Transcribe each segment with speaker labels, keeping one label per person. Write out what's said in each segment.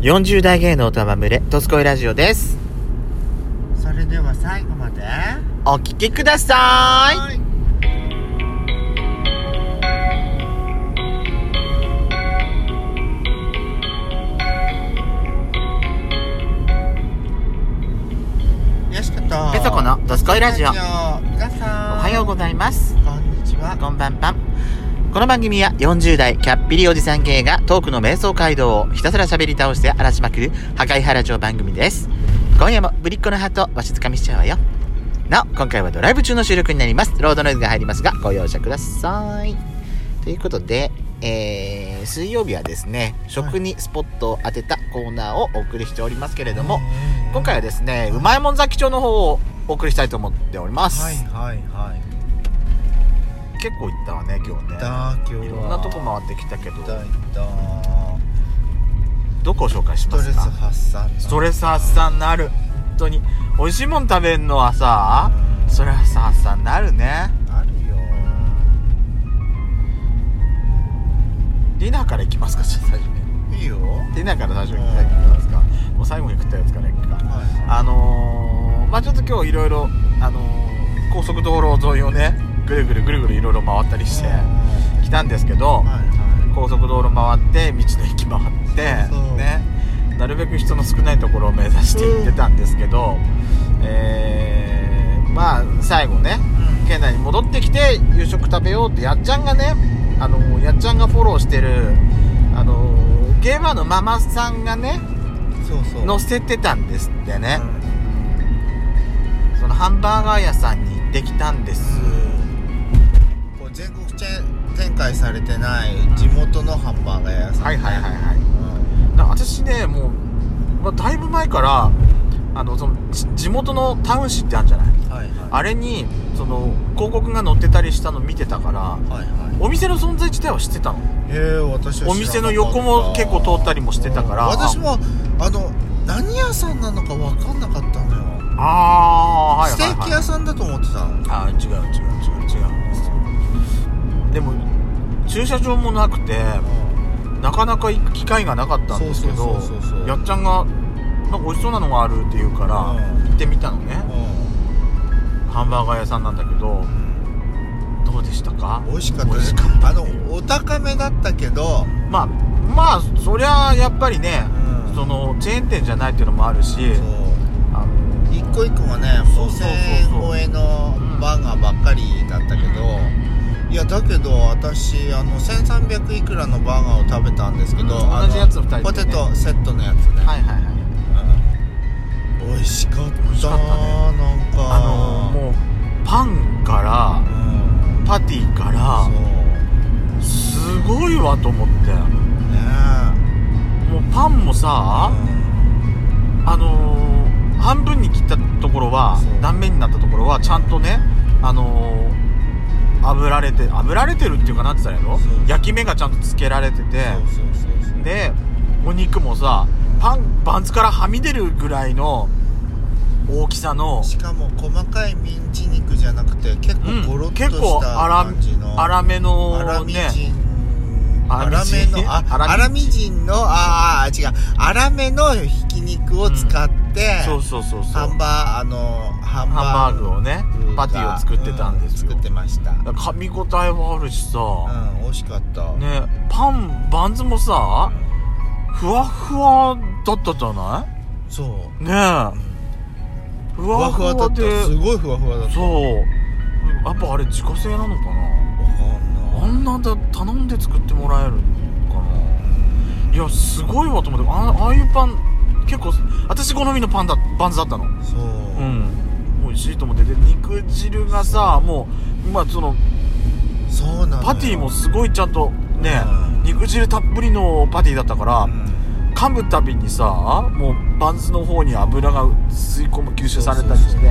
Speaker 1: 40代芸能とまむれ、とすこいラジオです。
Speaker 2: それでは最後までは
Speaker 1: お聞きください。
Speaker 2: いよしこと
Speaker 1: ペソコのどすこいラジオ
Speaker 2: どすこいラジオ皆
Speaker 1: お
Speaker 2: さん
Speaker 1: はようございます。
Speaker 2: こんにちは
Speaker 1: こんばんぱん。この番組は40代キャッピリおじさん系がトークの瞑想街道をひたすら喋り倒して荒らしまくる破壊原町番組です。今夜もぶりっ子のハートをわしづかみしちゃうわよ。なお、今回はドライブ中の収録になります。ロードノイズが入りますが、ご容赦ください。ということで、えー、水曜日はですね、食にスポットを当てたコーナーをお送りしておりますけれども、今回はですね、うまいもん崎町の方をお送りしたいと思っております。
Speaker 2: はいはいはい
Speaker 1: 結構行ったわね、今日ね。
Speaker 2: だ今日はい
Speaker 1: ろんなとこ回ってきたけど
Speaker 2: いたいた
Speaker 1: どこを紹介し
Speaker 2: スト
Speaker 1: ま
Speaker 2: レ
Speaker 1: す
Speaker 2: ス
Speaker 1: か
Speaker 2: 発散
Speaker 1: ストレス発散なる本当に美味しいもん食べんのはさ
Speaker 2: うん
Speaker 1: ストレス発散なるね
Speaker 2: あるよ
Speaker 1: ディナーから行きますかじゃあ最初に
Speaker 2: いいよ
Speaker 1: ディナーから最初に行きますかもう最後に食ったやつから行くか
Speaker 2: はい
Speaker 1: あのー、まあちょっと今日いろいろあのー、高速道路沿いをねぐるぐるぐるぐるいろいろ回ったりして来たんですけど、
Speaker 2: はいは
Speaker 1: 高速道路回って道の駅回って
Speaker 2: そうそう
Speaker 1: ねなるべく人の少ないところを目指して行ってたんですけど、えーまあ最後ね
Speaker 2: うん
Speaker 1: 県内に戻ってきて夕食食べようってやっちゃんがねあのやっちゃんがフォローしてるあのゲーマーのママさんがね
Speaker 2: いそうそ
Speaker 1: 載
Speaker 2: う
Speaker 1: せてたんですってね、
Speaker 2: う
Speaker 1: そのハンバーガー屋さんに行ってきたんです、
Speaker 2: んこう全国チェーン展開されてない地元のハンバーガー屋さん
Speaker 1: はいはいはいはい
Speaker 2: うん
Speaker 1: だから私ねもう、まあ、だいぶ前からあのそのじ地元のタウン誌ってあるじゃない
Speaker 2: はいはい
Speaker 1: あれにその広告が載ってたりしたの見てたから
Speaker 2: はいは
Speaker 1: お店の存在自体は知ってたの
Speaker 2: いへえ私は知らなかった
Speaker 1: お店の横も結構通ったりもしてたから
Speaker 2: うん私もあの何屋さんなのか分かんなかったのよ
Speaker 1: ああーはい
Speaker 2: ステーキ屋さんだと思ってたの
Speaker 1: あー違う違う違う違うんですよでも駐車場もなくてなかなか行く機会がなかったんですけど
Speaker 2: そうそうそうそうそう
Speaker 1: やっちゃんがなんか美味しそうなのがあるって言うから
Speaker 2: うん
Speaker 1: 行ってみたのね
Speaker 2: う
Speaker 1: ハンバーガー屋さんなんだけど
Speaker 2: ん
Speaker 1: どうでしたか
Speaker 2: 美味しかった
Speaker 1: 美
Speaker 2: で
Speaker 1: 味し
Speaker 2: す
Speaker 1: かった
Speaker 2: あのお高めだったけど
Speaker 1: まあまあそりゃやっぱりね、
Speaker 2: うん
Speaker 1: そのチェーン店じゃないっていうのもあるし
Speaker 2: そう
Speaker 1: あの
Speaker 2: 一個一個がね
Speaker 1: そうそうそうそう
Speaker 2: 5000円超えのバーガーばっかりだったけど、いやだけど私あの1300いくらのバーガーを食べたんですけど、
Speaker 1: うん
Speaker 2: あの
Speaker 1: 同じやつ二人でね
Speaker 2: ポテトセットのやつね、
Speaker 1: はいはいはい
Speaker 2: うん美味しかった
Speaker 1: 美味しかったね
Speaker 2: なんか
Speaker 1: あのもうパンか
Speaker 2: うん
Speaker 1: らパティか
Speaker 2: そう
Speaker 1: らすごいわと思って
Speaker 2: ね
Speaker 1: もうパンも
Speaker 2: あ
Speaker 1: さ、あのー半分に切ったところは
Speaker 2: そう
Speaker 1: 断面になったところはちゃんとねあのー炙られて炙られてるっていうかなんて言ったらいい
Speaker 2: そう
Speaker 1: の焼き目がちゃんとつけられてて
Speaker 2: そうそうそうそう
Speaker 1: でお肉もさパンバンズからはみ出るぐらいの大きさの
Speaker 2: しかも細かいミンチ肉じゃなくて
Speaker 1: う
Speaker 2: 結
Speaker 1: ん
Speaker 2: 構ゴロッと
Speaker 1: 結構
Speaker 2: した
Speaker 1: 粗
Speaker 2: 感じの、
Speaker 1: 粗めの
Speaker 2: アラミジ
Speaker 1: ね
Speaker 2: ン、
Speaker 1: ア
Speaker 2: ア
Speaker 1: ラ
Speaker 2: ラ
Speaker 1: ミジ
Speaker 2: メ
Speaker 1: ン
Speaker 2: のあ
Speaker 1: アラミジン
Speaker 2: アラミジンのああ違うアラメのひき肉を使って、
Speaker 1: そうそうそうそう
Speaker 2: ハンバーあのハンバー
Speaker 1: ハンバーグをね
Speaker 2: グ
Speaker 1: パティを作ってたんですよ
Speaker 2: う作ってましたう
Speaker 1: 噛み応えもあるしさ、
Speaker 2: ん美味しかった、
Speaker 1: ねパンバンズも
Speaker 2: う
Speaker 1: さ
Speaker 2: ん
Speaker 1: ふわふわだったじゃない
Speaker 2: そう、
Speaker 1: ね
Speaker 2: うん
Speaker 1: えふ
Speaker 2: ふわ
Speaker 1: わふ
Speaker 2: ふ
Speaker 1: わ
Speaker 2: わだった
Speaker 1: です
Speaker 2: ごいふわふわだったう
Speaker 1: そうやっぱあれ自家製なのかなあんなだ頼んで作ってもらえるのかないやすごいわと思ってあああいうパン結構私好みのパンだバンズだったの
Speaker 2: そう、
Speaker 1: うん美味しいと思ってで肉汁がさもうまあその
Speaker 2: そうなのよ
Speaker 1: パティもすごいちゃんとね
Speaker 2: うん
Speaker 1: 肉汁たっぷりのパティだったから、
Speaker 2: うん
Speaker 1: 噛むたびにさもうバンズの方に油が吸い込む吸収されたりし
Speaker 2: そうそう
Speaker 1: て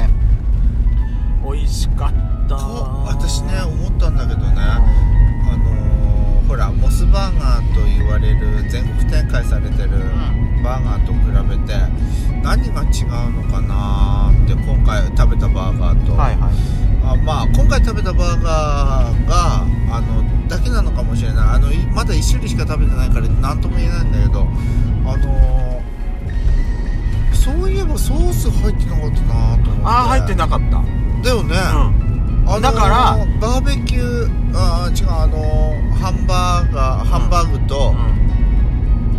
Speaker 1: 美味しかった
Speaker 2: こ私ね思ったんだけどね、あのーほらモスバーガーと言われる全国展開されてるバーガーと比べて何が違うのかなーって今回食べたバーガーと、
Speaker 1: はいはい
Speaker 2: あまあ今回食べたバーガーがあのだけなのかもしれないあのいまだ1種類しか食べてないから何とも言えないんだけどあのー
Speaker 1: あ
Speaker 2: ス入ってなかったなと思って
Speaker 1: あ入ってなかった
Speaker 2: だよね、
Speaker 1: うん
Speaker 2: あのー
Speaker 1: だから
Speaker 2: バーベキューあー違うあのーハンバーガーハンバーグと、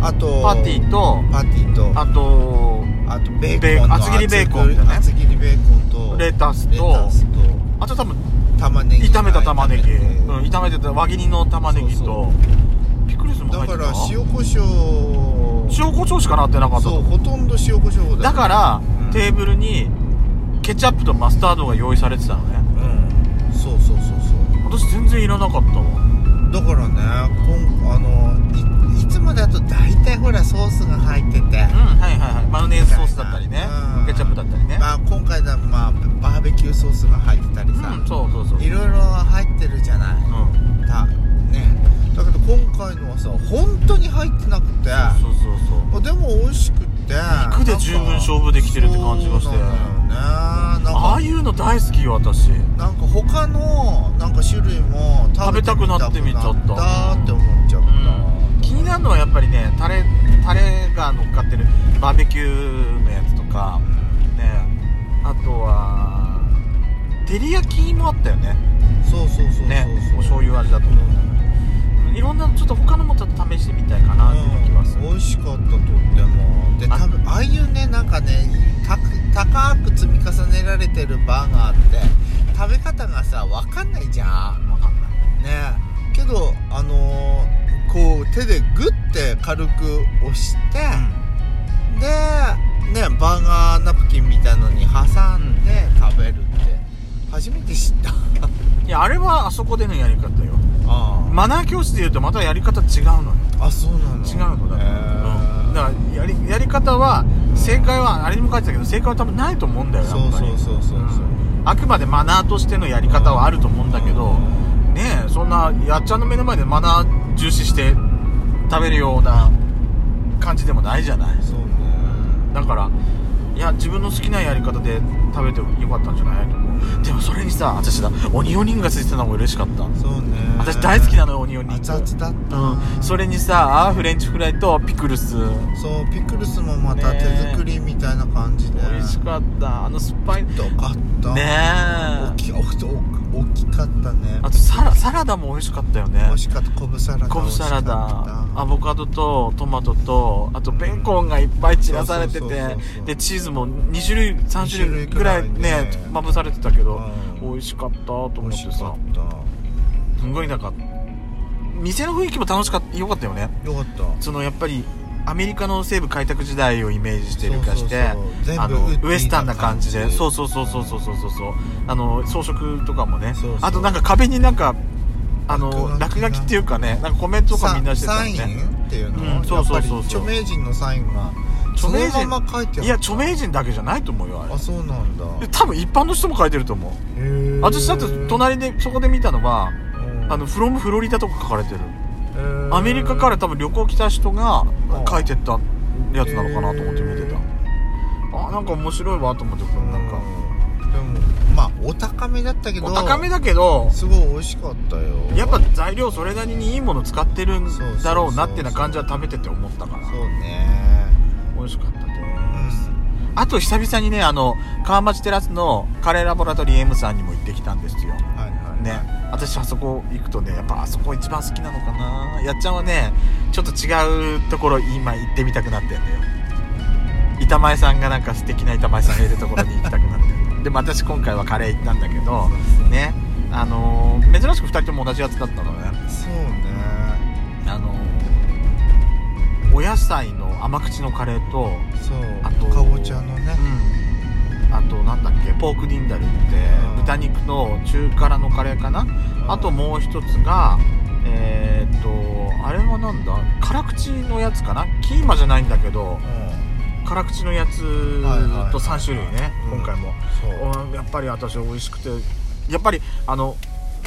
Speaker 2: あと
Speaker 1: パティと
Speaker 2: パティとあ
Speaker 1: あと
Speaker 2: とベ
Speaker 1: ベ
Speaker 2: ー
Speaker 1: ーコン
Speaker 2: コンの
Speaker 1: 厚切りベーコンだよね
Speaker 2: 厚切りベーコンと
Speaker 1: レタスと
Speaker 2: レタスと
Speaker 1: あと多分
Speaker 2: 玉ねぎ
Speaker 1: 炒めた玉ねぎ
Speaker 2: 炒めて
Speaker 1: うん炒めてた輪切りの玉ねぎ
Speaker 2: そう
Speaker 1: とピクルスも入
Speaker 2: だ
Speaker 1: って
Speaker 2: か
Speaker 1: た
Speaker 2: ら塩コショウ
Speaker 1: 塩コショウしかなってなかった
Speaker 2: そ
Speaker 1: と
Speaker 2: うほとんど塩コショウだよ
Speaker 1: だから
Speaker 2: うん
Speaker 1: テーブルにケチャップとマスタードが用意されてたのね
Speaker 2: うんそうそうそうそう
Speaker 1: 私全然いらなかったわ
Speaker 2: だからねこんあのいいつもだと大体ほらソースが入ってて
Speaker 1: うんはいはいはいマヨネーズソースだったりね
Speaker 2: うん
Speaker 1: ケチャップだったりね
Speaker 2: まあ今回だまあバーベキューソースが入ってたりさ、
Speaker 1: うんそうそうそう
Speaker 2: いろいろ入ってるじゃない、
Speaker 1: うん
Speaker 2: だねだけど今回のはさ本当に入ってなくて
Speaker 1: そうそうそう
Speaker 2: でも美味しくて
Speaker 1: 肉で十分勝負できてるって感じがして
Speaker 2: そうなんだよねなん
Speaker 1: あ
Speaker 2: か
Speaker 1: あいうの大好きよ私
Speaker 2: なんか他のなんか種類も食べてみた
Speaker 1: 食べたく
Speaker 2: くな
Speaker 1: なってみちゃった
Speaker 2: ったって思っちゃった、
Speaker 1: 気になるのはやっぱりねタレタレが乗っかってるバーベキューのやつとかねあとは照り焼きもあったよね
Speaker 2: そうそうそうそうそう
Speaker 1: ねお醤油味だと思ういろんなちょっと他のもちょっと試してみたいかなっていう気はす
Speaker 2: うん
Speaker 1: る
Speaker 2: 美味しかったとってもで
Speaker 1: あ
Speaker 2: 多分ああいうねなんかねたく高く積み重ねられてるバーガーって食べ方がさ分かんないじゃん
Speaker 1: 分かんない
Speaker 2: ねけどあのーこう手でグッて軽く押して、でねバーガーナプキンみたいのに挟んで食べるって初めて知った
Speaker 1: い やあれはあそこでのやり方よ
Speaker 2: あ
Speaker 1: マナー教室でいうとまたやり方違うのよ
Speaker 2: あそうなの
Speaker 1: 違うのだから、うん、だ
Speaker 2: へ
Speaker 1: からやりやり方は正解はあれにも書いてたけど正解は多分ないと思うんだよ
Speaker 2: ー
Speaker 1: や
Speaker 2: そ
Speaker 1: っ
Speaker 2: う
Speaker 1: ぱり
Speaker 2: そうそうそうそ
Speaker 1: う
Speaker 2: う、
Speaker 1: んあくまでマナーとしてのやり方はあると思うんだけど、ねえそんなやっちゃんの目の前でマナー重視して食べるような感じでもないじゃない
Speaker 2: そうね
Speaker 1: だからいや自分の好きなやり方で食べてよかったんじゃないと思うでもそれにさ私だオニオンリングがついてたのも嬉しかった
Speaker 2: そうね
Speaker 1: 私大好きなのよオニオンリング
Speaker 2: 熱々だった、
Speaker 1: うん、それにさフレンチフライとピクルス
Speaker 2: そうピクルスもまた
Speaker 1: ね
Speaker 2: 手作りみたいな感じで、
Speaker 1: 美味しかったあの酸っぱいね
Speaker 2: よかった大
Speaker 1: え
Speaker 2: き大き大きかったね
Speaker 1: あとサラサラダも美味しかったよね
Speaker 2: 美味しかった昆布サラダ
Speaker 1: 昆布サラ
Speaker 2: 美味し
Speaker 1: ダ
Speaker 2: かった
Speaker 1: アボカドとトマトとあとベーコンがいっぱい散らされて
Speaker 2: そうそう
Speaker 1: て
Speaker 2: そうそう
Speaker 1: でチーズも2種類3種類ぐらい
Speaker 2: 二種類
Speaker 1: ね
Speaker 2: ぐらいね
Speaker 1: まぶされてたけど
Speaker 2: うん
Speaker 1: 美味しかったと
Speaker 2: 美
Speaker 1: 思っ
Speaker 2: 味
Speaker 1: て
Speaker 2: し
Speaker 1: さ
Speaker 2: かったよ
Speaker 1: すごいなんか店の雰囲気も楽しかったよかったよね
Speaker 2: かった
Speaker 1: そのやっぱりアメリカの西部開拓時代をイメージしてる化して
Speaker 2: そうそうそう
Speaker 1: あ
Speaker 2: 全部
Speaker 1: の
Speaker 2: ウッディな感じ
Speaker 1: ウエスタンな感じでそうそうそうそうそうそうそうそうあの装飾とかもね
Speaker 2: そうそう
Speaker 1: あとなんか壁になんかあの
Speaker 2: 落書
Speaker 1: 落
Speaker 2: きが
Speaker 1: 書きっていうかねなんかコメントとかみんなしてた
Speaker 2: サ
Speaker 1: の
Speaker 2: イ
Speaker 1: ね
Speaker 2: ンっていうの、
Speaker 1: うんそうそうそうそう
Speaker 2: やっぱり著名人のサインが
Speaker 1: 著名人
Speaker 2: そのまま書いてある
Speaker 1: いや著名人だけじゃないと思うよあ
Speaker 2: あそうなんだ
Speaker 1: れ多分一般の人も書いてると思う
Speaker 2: へー
Speaker 1: 私だって隣でそこで見たのは
Speaker 2: うん
Speaker 1: あの「フロムフロリダ」とか書かれてる
Speaker 2: へー
Speaker 1: アメリカから多分旅行来た人が書いてったやつなのかなと思って見てた
Speaker 2: へ
Speaker 1: あなんか面白いわと思ってこれなんか
Speaker 2: うんでもまあお高めだったけど
Speaker 1: お高めだけど
Speaker 2: すごい美味しかったよ
Speaker 1: やっぱ材料それなりにいいもの使ってるんだろうなってな感じは食べてて思ったから
Speaker 2: そうね
Speaker 1: 美味しかったと思いうます
Speaker 2: ん
Speaker 1: あと久々にねあの川町テラスのカレーラボラトリー M さんにも行ってきたんですよ
Speaker 2: はいはい
Speaker 1: ね私あそこ行くとねやっぱあそこ一番好きなのかなやっちゃんはねちょっと違うところ今行ってみたくなってんだよ板前さんがなんか素敵な板前さんがいるところに行きたくなってんのでも私今回はカレー行ったんだけどねあのー珍しく2人とも同じやつだったのね
Speaker 2: そうね
Speaker 1: あのーお野菜の甘口のカレーと
Speaker 2: そう
Speaker 1: あと
Speaker 2: かぼちゃのね
Speaker 1: うんあとなんだっけポークディンダルって
Speaker 2: うん
Speaker 1: 豚肉の中辛のカレーかなあともう一つがえーっとあれはなんだ辛口のやつかなキーマじゃないんだけど
Speaker 2: うん
Speaker 1: 辛口のやつ
Speaker 2: はいはいはい
Speaker 1: と3種類ね
Speaker 2: うん
Speaker 1: 今回も、
Speaker 2: そう
Speaker 1: うんやっぱり私美味しくてやっぱりあの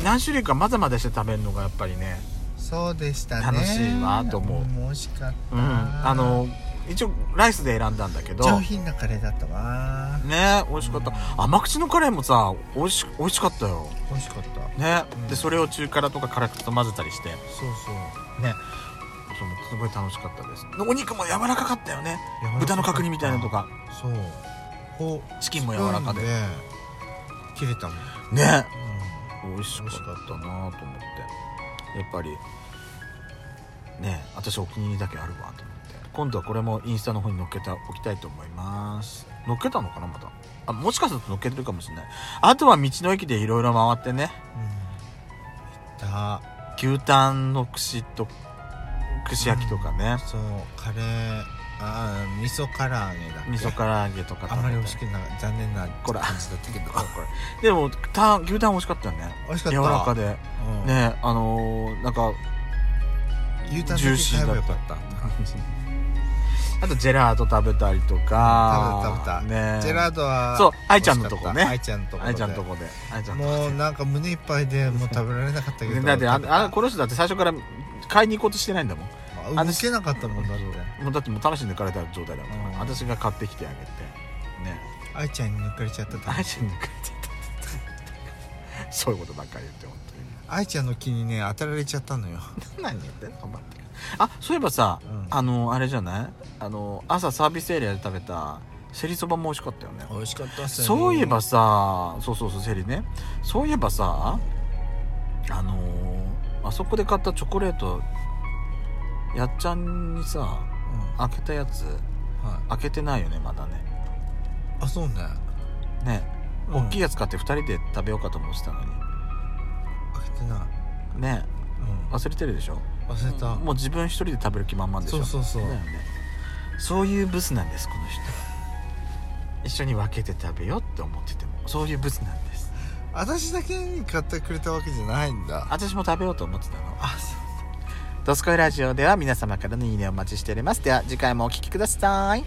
Speaker 1: 何種類か混ぜ混ぜして食べるのがやっぱりね
Speaker 2: そうでしたね
Speaker 1: 楽しいわと思うん
Speaker 2: 美味しかった
Speaker 1: うんあの一応ライスで選んだんだけど
Speaker 2: 上品なカレーだったわ
Speaker 1: ね美味しかった甘口のカレーもさ美味し美味しかったよ
Speaker 2: 美味しかった
Speaker 1: ね、
Speaker 2: うん
Speaker 1: でそれを中辛とか辛口と混ぜたりして
Speaker 2: そうそう
Speaker 1: ねそのすごい楽しかったですでお肉も柔らかかったよね
Speaker 2: 柔らかかった
Speaker 1: 豚の角煮みたいなのとか
Speaker 2: そうこ
Speaker 1: チキンも柔らかで
Speaker 2: スプーンで切れたもん、
Speaker 1: ね
Speaker 2: う
Speaker 1: 美味しかったなと思ってやっぱりね私お気に入りだけあるわと思って今度はこれもインスタの方に載っけておきたいと思います載っけたのかなまたあもしかすると載っけてるかもしれないあとは道の駅でいろいろ回ってね
Speaker 2: んうん、いた
Speaker 1: 牛タンの串と串焼きとかね、
Speaker 2: そうカレーあー味噌唐揚げだっけ
Speaker 1: 味噌唐揚げとか食べた
Speaker 2: あんまり美味しくな残念な
Speaker 1: こら
Speaker 2: 感じだったけど
Speaker 1: でもタン牛タン美味しかったよね
Speaker 2: 美味しかった
Speaker 1: 柔らかで
Speaker 2: うん、
Speaker 1: ねあのーなんか
Speaker 2: 牛タン
Speaker 1: ジューシーだった
Speaker 2: よかった
Speaker 1: あとジェラート食べたりとか
Speaker 2: 食べた食べ
Speaker 1: ね
Speaker 2: ジェラードは
Speaker 1: そう愛ちゃんのとこね
Speaker 2: 愛ちゃんのとこ
Speaker 1: あいちゃんと
Speaker 2: こ
Speaker 1: こであいちゃんとこ
Speaker 2: もうなんか胸いっぱいでもう食べられなかったけ
Speaker 1: で
Speaker 2: ど
Speaker 1: だってあ
Speaker 2: 食べた
Speaker 1: あこの人だって最初から買いに行こうとしてないんだもん
Speaker 2: あ動けなかったもんだって
Speaker 1: もうだってもう楽しんでかれた状態だもん、
Speaker 2: うん
Speaker 1: 私が買ってきてあげてね
Speaker 2: 愛ちゃんに抜かれちゃった
Speaker 1: 愛ちゃんに買ってたってそういうことばっかり言って本当に
Speaker 2: 愛ちゃんの気にね当たられちゃったのよ
Speaker 1: 何言ってんの頑張ってあそういえばさ、
Speaker 2: うん
Speaker 1: あのあれじゃないあの朝サービスエリアで食べたセリそばも美味しかったよね
Speaker 2: 美味しかったっす
Speaker 1: そういえばさそうそうそうセリねそういえばさあのーあそこで買ったチョコレートやっちゃんにさ
Speaker 2: うん
Speaker 1: 開けたやつ
Speaker 2: はい
Speaker 1: 開けてないよねまだね
Speaker 2: あそうね
Speaker 1: ね、
Speaker 2: うん
Speaker 1: 大きいやつ買って2人で食べようかと思ってたのに
Speaker 2: 開けてな
Speaker 1: ね
Speaker 2: い
Speaker 1: 忘れてるでしょ
Speaker 2: うん忘れた
Speaker 1: もう自分一人で食べる気満々でしょ
Speaker 2: そうそうそう
Speaker 1: だよねそういうブスなんですこの人一緒に分けて食べようって思っててもそういうブスなんです
Speaker 2: 私だけに買ってくれたわけじゃないんだ
Speaker 1: 私も食べようと思ってたの
Speaker 2: あそう
Speaker 1: 「ドスコイラジオ」では皆様からのいいねをお待ちしておりますでは次回もお聴きください